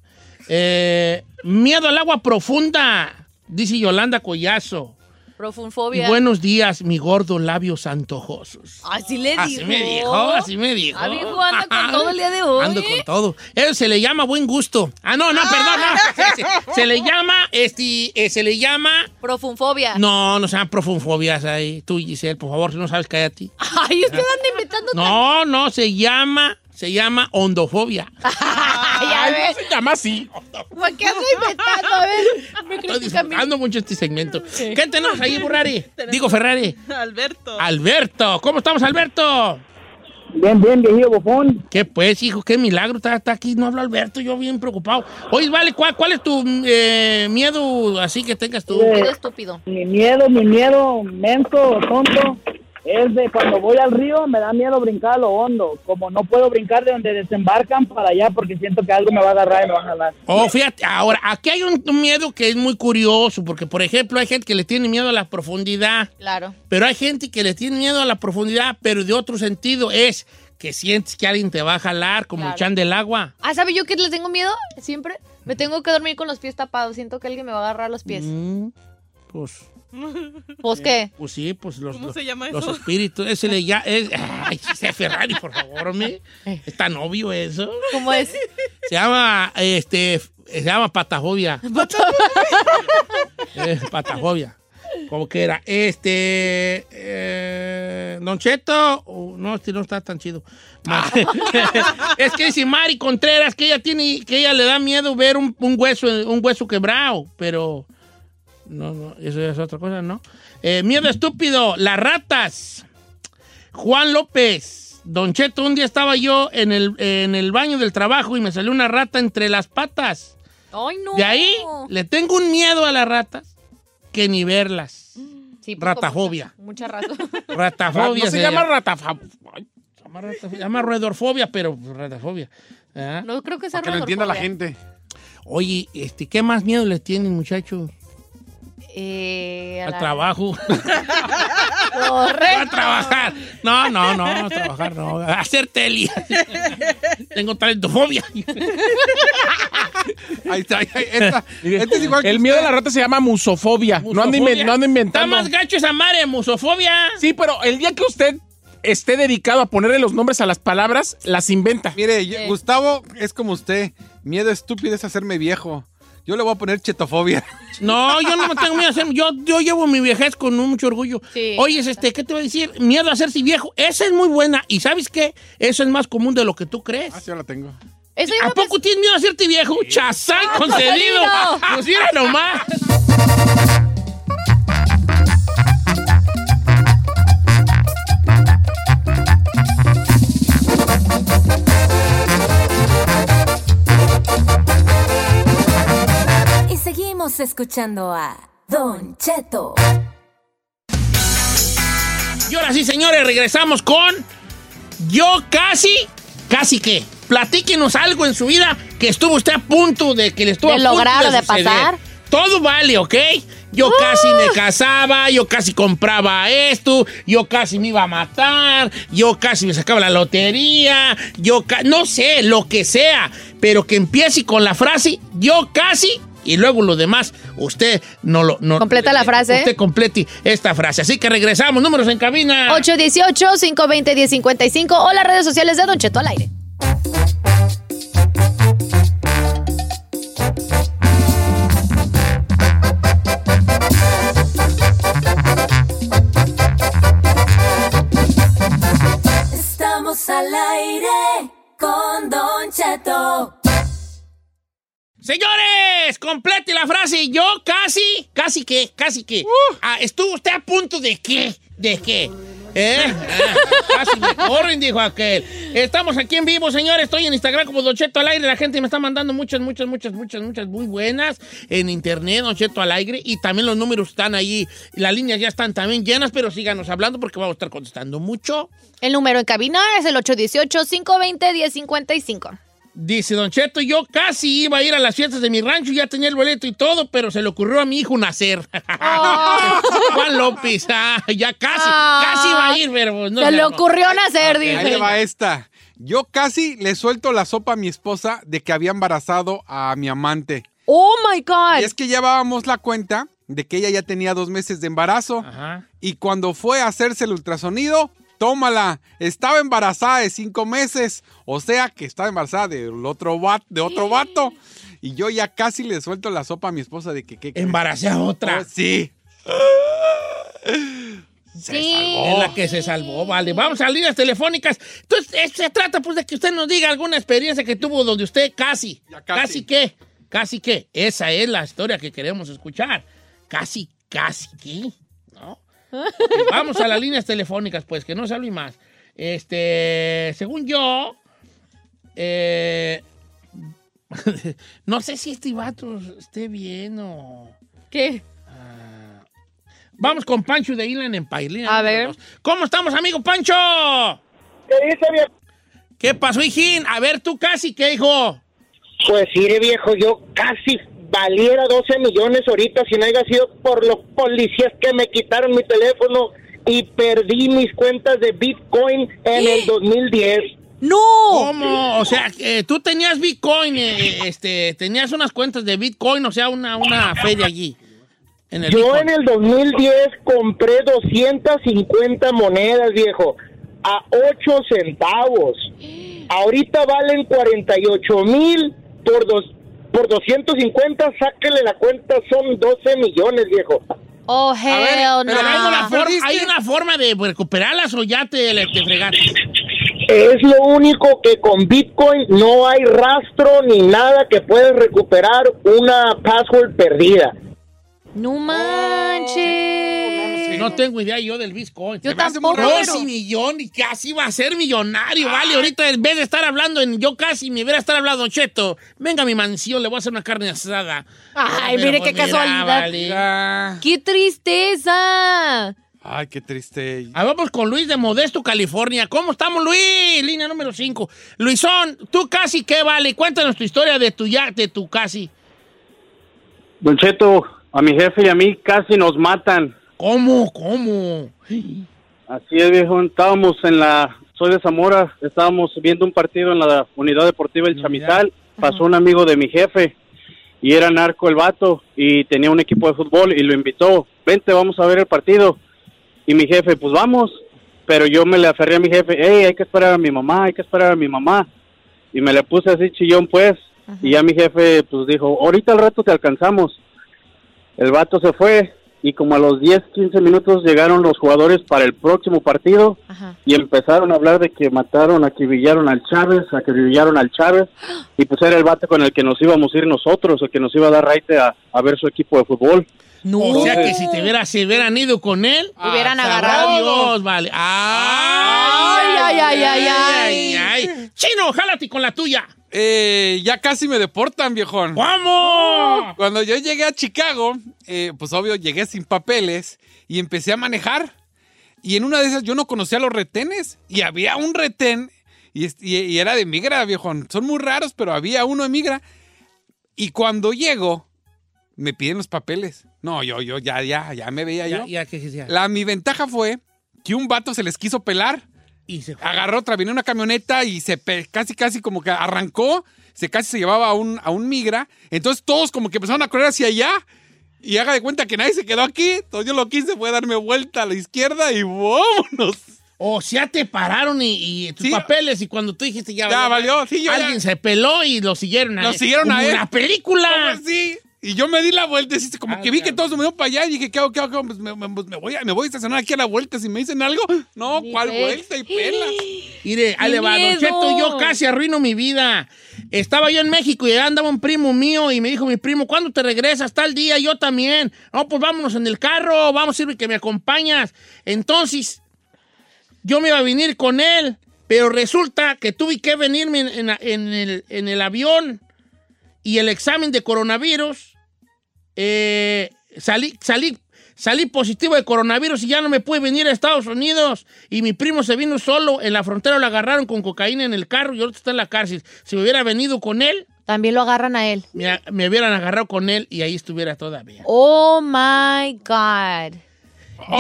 Eh, miedo al agua profunda, dice Yolanda Collazo.
Profunfobia.
Y buenos días, mi gordo labios antojosos.
Así le dijo.
Así me dijo, así me dijo.
Ah, viejo, anda con todo el día de hoy.
Ando con todo. Eso se le llama buen gusto. Ah, no, no, perdón, no. Se, se- se le llama, este, eh, se le llama...
Profunfobia.
No, no sean profunfobias ahí. Tú, Giselle, por favor, si no sabes, cállate.
Ay, usted anda inventando.
Ah, No, no, se llama, se llama ondofobia.
Ay, a ver,
Se llama así.
¿por qué anda inventando? A ver, me
Estoy
critica a mí.
disfrutando mucho este segmento. ¿Qué tenemos ahí, Ferrari? Digo, Ferrari.
Alberto.
Alberto, ¿cómo estamos, Alberto?
Bien, bien, viejillo bofón.
¿Qué pues, hijo? ¿Qué milagro? Está, está aquí, no habla Alberto, yo bien preocupado. Oye, vale, ¿cuál, cuál es tu eh,
Eh,
miedo así que tengas tú?
Miedo estúpido.
Mi miedo, mi miedo, mento, tonto,
es de cuando voy al río me da miedo brincar a lo hondo. Como no puedo brincar de donde desembarcan para allá porque siento que algo me va a agarrar y me va a jalar.
Oh, fíjate, ahora, aquí hay un miedo que es muy curioso, porque por ejemplo hay gente que le tiene miedo a la profundidad,
Claro.
pero hay gente que le tiene miedo a la profundidad, pero de otro sentido es que sientes que alguien te va a jalar como
Claro.
el chan del agua.
Ah, ¿sabe yo que les tengo miedo? Siempre me tengo que dormir con los pies tapados. Siento que alguien me va a agarrar los pies.
Mm, pues,
¿Pues qué?
pues sí, pues los,
¿Cómo
los-
se llama
los
eso?
espíritus, ese le ya es, ay, José Ferrari, por favor, me es tan obvio eso.
Eh. ¿Cómo es?
Se llama, este, se llama patafobia. Eh, patafobia. Como que era. Este. eh, Don Cheto. oh, no, este no está tan chido. Ma- es que dice Mari Contreras que ella tiene. que ella le da miedo ver un, un hueso, un hueso quebrado. Pero. No, no, eso es otra cosa, ¿no? Eh, miedo estúpido. Las ratas. Juan López. Don Cheto, un día estaba yo en el, en el baño del trabajo y me salió una rata entre las patas.
Ay, no.
De ahí le tengo un miedo a las ratas que ni verlas.
Sí, pues,
ratafobia.
con Mucha, mucha razón.
Ratafobia.
No se llama
ratafobia. Se llama roedorfobia, pero ratafobia. Ah.
No creo que sea
Que lo entienda la
roedorfobia.
gente.
Oye, este, ¿qué más miedo le tienen, muchachos?
Eh, a
Al
la-
trabajo.
Correcto.
a trabajar. No, no, no, a trabajar, no. A hacer tele. Tengo talentofobia.
Ahí está, ahí está. Esta- este es igual que
El miedo a la rata se llama musofobia. No ando, inven-
Musofobia.
no ando
Está
inventando.
más gacho esa madre, musofobia.
Sí,
pues,
pero el día que usted esté dedicado a ponerle los nombres a las palabras, las inventa.
Mire, yo- Gustavo es como usted. Miedo estúpido es hacerme viejo. Yo le voy a poner chetofobia.
No, yo no me tengo miedo a hacer. Yo, yo llevo mi viejez con mucho orgullo.
Sí.
Oye, este, ¿qué te voy a decir? Miedo a hacerse viejo. Esa es muy buena. ¿Y sabes qué? Eso es más común de lo que tú crees.
Ah, sí, yo la tengo.
Eso yo
¿A
me
poco tienes miedo a hacerte viejo? ¡Chazán
Ah,
concedido!
concedido.
¡Pues mira nomás!
Y seguimos escuchando a Don Cheto.
Y ahora sí, señores, regresamos con Yo casi, casi que. Platíquenos algo en su vida que estuvo usted a punto de que le estuvo
De
a punto
lograr o de
suceder.
pasar.
Todo vale, ¿ok? Yo casi me casaba, yo casi compraba esto, yo casi me iba a matar, yo casi me sacaba la lotería, yo ca- no sé, lo que sea, pero que empiece con la frase yo casi y luego lo demás usted no lo no-
Completa la frase,
Usted
¿eh?
complete esta frase. Así que regresamos, números en cabina.
818-520-1055 o las redes sociales de Don Cheto al aire.
Estamos al aire con Don Cheto.
Señores, complete la frase. Yo casi, casi que, casi que. Ah, ¿Estuvo usted a punto de qué? ¿De qué? ¿Eh? Ah, casi me corren, dijo aquel. Estamos aquí en vivo, señores. Estoy en Instagram como Don Cheto al aire. La gente me está mandando muchas, muchas, muchas, muchas, muchas muy buenas en internet, Don Cheto al aire. Y también los números están ahí. Las líneas ya están también llenas, pero síganos hablando porque vamos a estar contestando mucho.
El número en cabina es el 818-520-1055.
Dice Don Cheto, yo casi iba a ir a las fiestas de mi rancho, ya tenía el boleto y todo, pero se le ocurrió a mi hijo nacer. Juan López, ah, ya casi,
Ah.
casi iba a ir, pero pues, no.
Se le
no.
ocurrió nacer, dice.
Ahí le va esta. Yo casi le suelto la sopa a mi esposa de que había embarazado a mi amante.
Oh my God.
Y es que llevábamos la cuenta de que ella ya tenía dos meses de embarazo.
Ajá.
Y cuando fue a hacerse el ultrasonido, tómala, estaba embarazada de cinco meses. O sea que estaba embarazada del otro va- de otro vato. Y yo ya casi le suelto la sopa a mi esposa de que... ¿qué crees?
Embaracé a otra.
Oh, sí.
Sí.
Es la que se salvó, vale. Vamos a líneas telefónicas. Entonces, eh, se trata pues de que usted nos diga alguna experiencia que tuvo donde usted casi,
Ya
casi,
casi.
que, casi que. Esa es la historia que queremos escuchar. Casi, casi que, ¿no? Vamos a las líneas telefónicas, pues, que no se hable más. Este, según yo, eh, no sé si este vato esté bien o...
¿Qué?
Ah, Vamos con Pancho de Inland Empire. línea número dos. ¿Cómo estamos, amigo Pancho? ¿Qué dice, viejo? ¿Qué pasó, hijín? A ver, tú casi, ¿qué, hijo?
Pues mire, viejo, yo casi valiera 12 millones ahorita si no haya sido por los policías que me quitaron mi teléfono y perdí mis cuentas de Bitcoin en el 2010.
¡No!
¿Cómo? O sea, eh, tú tenías Bitcoin, eh, este, tenías unas cuentas de Bitcoin, o sea, una, una feria allí. En el
Yo
Bitcoin.
en el 2010 compré 250 monedas, viejo, a 8 centavos. Ahorita valen 48 mil por dos, por 250, sáquele la cuenta, son 12 millones, viejo.
Oh, hell
Pero hay una,
no.
forma, hay una forma de recuperarlas o ya te, te fregaste.
Es lo único que con Bitcoin no hay rastro ni nada que puedas recuperar una password perdida.
No manches.
No tengo idea yo del Bitcoin.
Yo Se me hace muy tampoco, raro. Ah.
12 millones, casi va a ser millonario, vale. Ahorita en vez de estar hablando en yo casi, me hubiera estar hablando, "Don Cheto, venga a mi mansión, le voy a hacer una carne asada.
Ay,
Pero,
mire
pues,
qué
mira,
casualidad.
vale.
¡Qué tristeza!
Ay, qué triste. Ah, vamos con Luis de Modesto, California. ¿Cómo estamos, Luis? Línea número 5. Luisón, tú casi qué vale. Cuéntanos tu historia de tu ya, de tu casi.
Don Cheto, a mi jefe y a mí casi nos matan.
¿Cómo? ¿Cómo?
Así es, viejo. Estábamos en la. Soy de Zamora. Estábamos viendo un partido en la unidad deportiva El Chamital. Pasó un amigo de mi jefe y era narco el vato y tenía un equipo de fútbol y lo invitó. Vente, vamos a ver el partido. Y mi jefe, pues vamos. Pero yo me le aferré a mi jefe. Hey, hay que esperar a mi mamá, hay que esperar a mi mamá. Y me le puse así chillón, pues. Y ya mi jefe, pues dijo, ahorita al rato te alcanzamos. El vato se fue y como a los 10, 15 minutos llegaron los jugadores para el próximo partido y empezaron a hablar de que mataron, acribillaron al Chávez, acribillaron al Chávez y pues era el vato con el que nos íbamos a ir nosotros, el que nos iba a dar raite a, a ver su equipo de fútbol.
O sea que
Oh.
si te hubiera, si hubieran ido con él,
Ah, Hubieran
sabrá
agarrado.
Dios, vale. Ay,
Ay, ay, ay, ay,
ay. Chino, jálate con la tuya.
Eh, ya casi me deportan, viejón. Oh.
¡Vamos!
Cuando yo llegué a Chicago, eh, pues obvio, llegué sin papeles y empecé a manejar. Y en una de esas yo no conocía los retenes y había un retén y, es- y- y era de migra, viejón. Son muy raros, pero había uno de migra. Y cuando llego, me piden los papeles. No, yo, yo, ya, ya, ya me veía yo.
Ya, ya, que- ya.
La, mi ventaja fue que un vato se les quiso pelar.
Y se
Agarró otra, venía una camioneta y se pe- casi, casi como que arrancó. Se casi se llevaba a un, a un migra. Entonces todos como que empezaron a correr hacia allá. Y haga de cuenta que nadie se quedó aquí. Entonces yo lo que hice fue darme vuelta a la izquierda y vámonos.
O sea, te pararon y, y tus papeles y cuando tú dijiste ya,
Ya valió, sí, yo ya-
alguien se peló y lo siguieron a
Nos siguieron a
como
él.
una película. Ah,
Como así. Y yo me di la vuelta, así, como que vi que todos se me dieron para allá y dije, ¿qué hago? ¿Qué hago? ¿Qué hago? Pues me, me- pues me voy a, me voy a estacionar aquí a la vuelta si me dicen algo. No,
Ni
¿cuál
ves.
vuelta y pelas?
Mire, ahí
¡Qué
le va, Don
miedo!
Cheto, yo casi arruino mi vida. Estaba yo en México y allá andaba un primo mío y me dijo mi primo, ¿cuándo te regresas? Tal día, yo también. No, pues vámonos en el carro, vamos a ir que me acompañas. Entonces, yo me iba a venir con él, pero resulta que tuve que venirme en, en- en el, en el avión y el examen de coronavirus, eh, salí, salí, salí positivo de coronavirus y ya no me pude venir a Estados Unidos. Y mi primo se vino solo, en la frontera lo agarraron con cocaína en el carro y ahorita está en la cárcel. Si me hubiera venido con él,
También lo agarran a él.
me, me hubieran agarrado con él y ahí estuviera todavía.
Oh my God.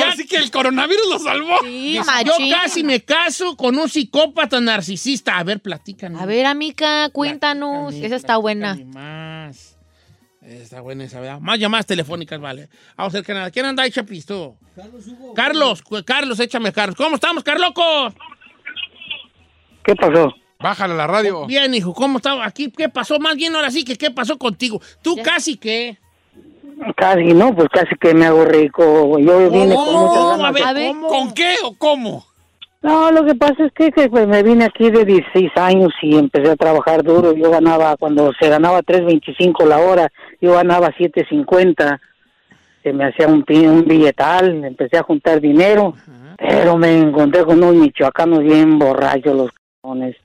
así
Oh, que el coronavirus lo salvó.
yo
machín.
casi me caso con un psicópata narcisista. A ver, platícanos.
A ver, amiga, cuéntanos. Esa está buena.
más. Está buena esa, ¿verdad? Más llamadas telefónicas, vale. Vamos a hacer que nada. ¿Quién anda ahí, Chapis, tú? Carlos, cu- Carlos, échame a Carlos. ¿Cómo estamos, Carlocos?
¿Qué pasó?
Bájale la radio.
Bien, hijo, ¿cómo estamos aquí? ¿Qué pasó? Más bien ahora sí que qué pasó contigo. Tú casi que...
Casi, no, pues casi que me hago rico. Yo vine con muchas ganas de-
¿Con qué o cómo?
No, lo que pasa es que, que, pues, me vine aquí de 16 años y empecé a trabajar duro. Yo ganaba, cuando se ganaba 3.25 la hora, yo ganaba 7.50. Se me hacía un, pi- un billetal, empecé a juntar dinero, pero me encontré con unos michoacanos bien borrachos los cabrones.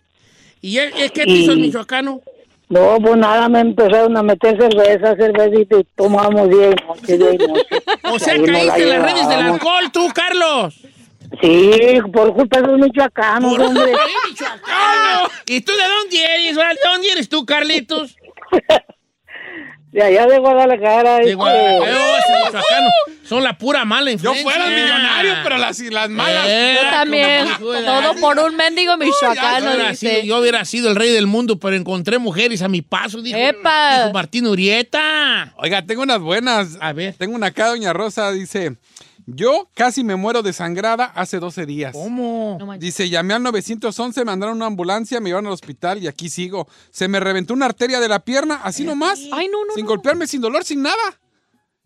¿Y es, es que te hizo el
Y-
michoacano?
No, pues nada, me empezaron a meter cerveza, cervecita y tomamos día y noche, día y noche.
O sea,
Ahí no la
caíste en las redes del
llevamos.
alcohol, tú, Carlos.
Sí, por culpa de un michoacano, hombre.
¿Y tú de dónde eres? ¿De dónde eres tú, Carlitos?
De allá de Guadalajara.
De
este,
Guadalajara, ese michoacano. Son la pura mala influencia. Eh.
Yo fuera el millonario, pero las- las malas.
Yo también. Todo por un mendigo
Yo
michoacano,
hubiera, sido,
dice.
yo hubiera sido el rey del mundo, pero encontré mujeres a mi paso, dijo,
Epa.
dijo Martín Urieta.
Oiga, tengo unas buenas.
A ver.
Tengo una acá, doña Rosa, dice. Yo casi me muero desangrada hace 12 días.
¿Cómo?
Dice, llamé al 911, me mandaron una ambulancia, me llevaron al hospital y aquí sigo. Se me reventó una arteria de la pierna, así nomás.
Ay, no, no.
Sin golpearme, sin dolor, sin nada.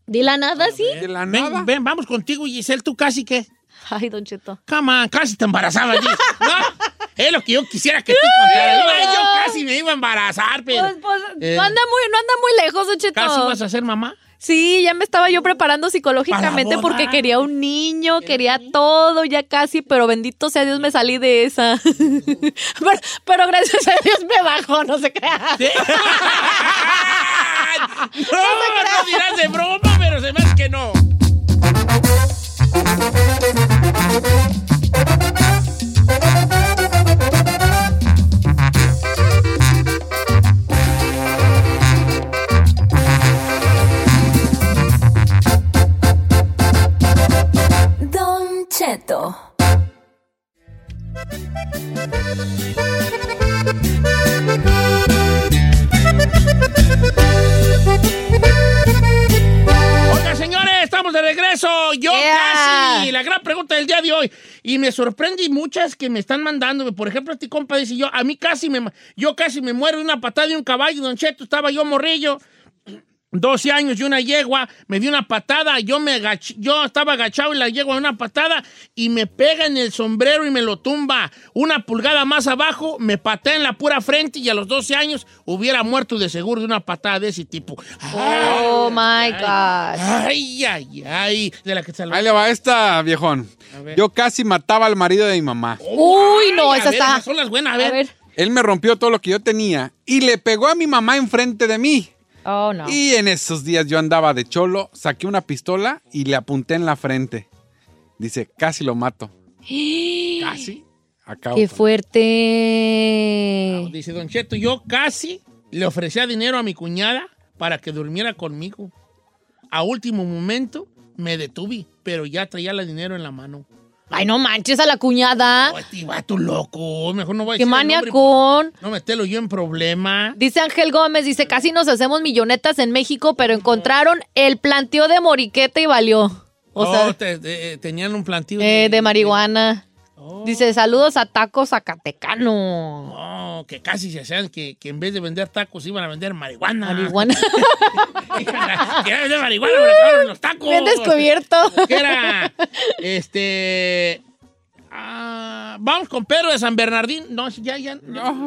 De la nada, sí.
De la nada.
Ven, ven, vamos contigo, Giselle, tú casi que.
Ay, don Cheto.
Come on, casi te embarazabas. Gis. No, es lo que yo quisiera que tú contaras. Ay, Yo casi me iba a embarazar, pero.
Pues, pues,
Eh.
no, anda muy, no anda muy lejos, don Cheto.
¿Casi vas a ser mamá?
Sí, ya me estaba yo preparando psicológicamente
Para la boda.
porque quería un niño, quería todo, ya casi, pero bendito sea Dios me salí de esa. pero, pero gracias a Dios me bajó, no se crea.
No, no dirás de broma, pero se me hace que no.
Don Cheto.
Oiga, señores, estamos de regreso. Yo casi. La gran pregunta del día de hoy. Y me sorprende y muchas que me están mandando. Por ejemplo, este compa dice yo, a mí casi me, yo casi me muero de una patada de un caballo. Don Cheto, estaba yo morrillo. 12 años y una yegua me dio una patada, yo me agach- yo estaba agachado y la yegua una patada y me pega en el sombrero y me lo tumba. Una pulgada más abajo me patea en la pura frente y a los 12 años hubiera muerto de seguro de una patada de ese tipo.
Oh my gosh.
Ay, ay, ay, de la que se lo-
Ahí le va esta, viejón. Yo casi mataba al marido de mi mamá.
Oh.
Uy, no,
Ay, a
esa
ver,
está.
esas son las buenas, a ver.
Él me rompió todo lo que yo tenía y le pegó a mi mamá enfrente de mí.
Oh, no.
Y en esos días yo andaba de cholo, saqué una pistola y le apunté en la frente. Dice, casi lo mato. Casi. Acabo.
Qué
con-
fuerte.
Dice Don Cheto, yo casi le ofrecía dinero a mi cuñada para que durmiera conmigo. A último momento me detuve, pero ya traía el dinero en la mano.
Ay, no manches a la cuñada.
Este vato loco, mejor no voy a
Qué
decir el nombre,
maniacón.
No metelo yo en problema.
Dice Ángel Gómez, dice, casi nos hacemos millonetas en México, pero encontraron el planteo de moriqueta y valió. O
Oh,
sea,
te- te- eh, tenían un plantío
eh, de marihuana. Dice, saludos a Taco
Oh,
Zacatecano.
No, que casi se hacían que, que en vez de vender tacos iban a vender marihuana.
Marihuana.
Que iban a vender marihuana, pero acabaron los tacos.
Bien descubierto.
¿Qué era? Este. ah, vamos con Pedro de San Bernardín. No, ya, ya.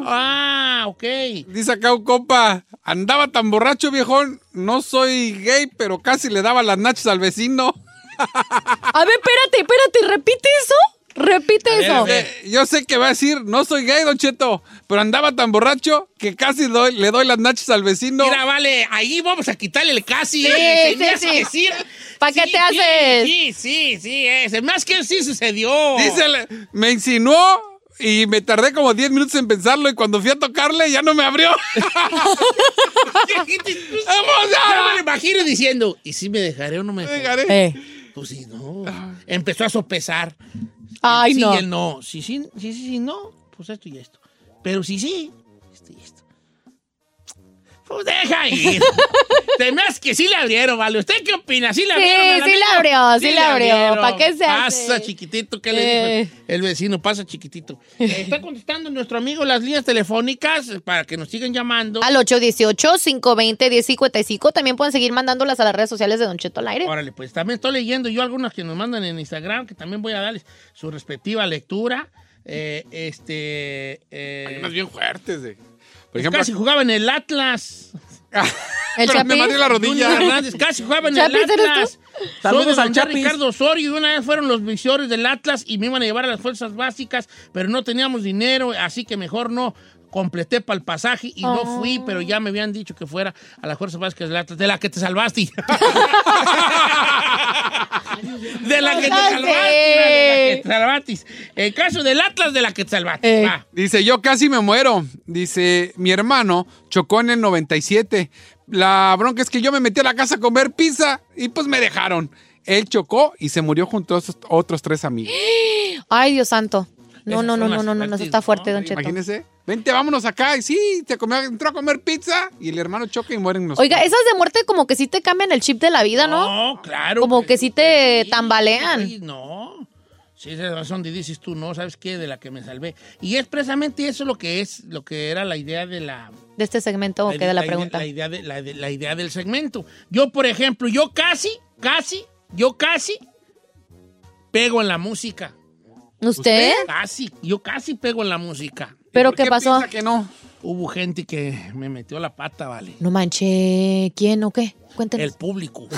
Ah, ok.
Dice acá un compa, andaba tan borracho, viejón. No soy gay, pero casi le daba las nachas al vecino.
A ver, espérate, espérate, repite eso. Repite eso.
Dice, Eh, yo sé que va a decir, no soy gay, Don Cheto, pero andaba tan borracho que casi doy- le doy las nachas al vecino.
Mira, vale, ahí vamos a quitarle el casi.
Sí,
eh.
sí,
Tenías
sí.
que decir.
¿Para qué
Sí,
te
sí,
haces?
Sí, sí, sí, ese. Más que sí sucedió.
Dice, le- me insinuó y me tardé como 10 minutos en pensarlo y cuando fui a tocarle ya no me abrió.
Vamos ya. me lo imagino diciendo, ¿y si me dejaré o no me dejaré?
Eh.
Pues sí, no. Empezó a sopesar.
Ay,
sí
no.
y el no. Sí, sí, sí, sí, sí, no. Pues esto y esto. Pero sí, sí. Esto y esto. Pues deja ir. Tenías que sí le abrieron, ¿vale? ¿Usted qué opina? ¿Sí le
Sí,
abrieron? a la
sí le
niña?
abrió, sí le abrió.
abrieron.
¿Pa' qué se hace?
Pasa, chiquitito, ¿qué le
Eh.
dijo? El vecino, pasa, chiquitito. Eh, está contestando nuestro amigo las líneas telefónicas eh, para que nos sigan llamando.
Al 818-520-1055. También pueden seguir mandándolas a las redes sociales de Don Cheto al aire.
Órale, pues también estoy leyendo yo algunas que nos mandan en Instagram, que también voy a darles su respectiva lectura. Eh, este. eh,
Unas bien fuertes, eh. Por
pues
ejemplo,
casi jugaba en el Atlas.
El
pero me
Chapín.
maté la rodilla.
Junior Hernández casi jugaba en el
¿Chapis eres
Atlas.
Saludos
Saludos
al
al
Chapis.
Ricardo Osorio y una vez fueron los visores del Atlas y me iban a llevar a las fuerzas básicas, pero no teníamos dinero, así que mejor no. completé para el pasaje y no fui,
Oh.
pero ya me habían dicho que fuera a la Fuerza Básica de la, de la que te salvaste. de la que te salvaste. de la que te salvaste. El caso del Atlas de la que te
Eh,
salvaste. va.
Dice, yo casi me muero. Dice, mi hermano chocó en el 97. La bronca es que yo me metí a la casa a comer pizza y pues me dejaron. Él chocó y se murió junto a esos otros tres amigos.
Ay, Dios santo. No,
Esas
no, no,
son
no,
las
no, no, no, eso está fuerte, Don Cheto.
Imagínese. Vente, vámonos acá. Y sí, te comió- entró a comer pizza y el hermano choca y mueren los
Oiga, esas de muerte como que sí te cambian el chip de la vida, ¿no?
No, claro.
Como que sí te tambalean.
No. Sí, esa es la razón de dices tú, no, ¿sabes qué? De la que me salvé. Y es precisamente eso lo que es, lo que era la idea de la...
De este segmento o qué de la
idea-
pregunta.
La idea, de- la de- la idea del segmento. Yo, por ejemplo, yo casi, casi, yo casi pego en la música.
¿Usted?
Casi, yo casi pego en la música.
¿Pero qué pasó?
no?
Hubo gente que me metió la pata, vale.
No manché. ¿Quién o qué? Cuéntenos.
El público.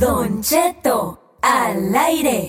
Don Cheto, al aire.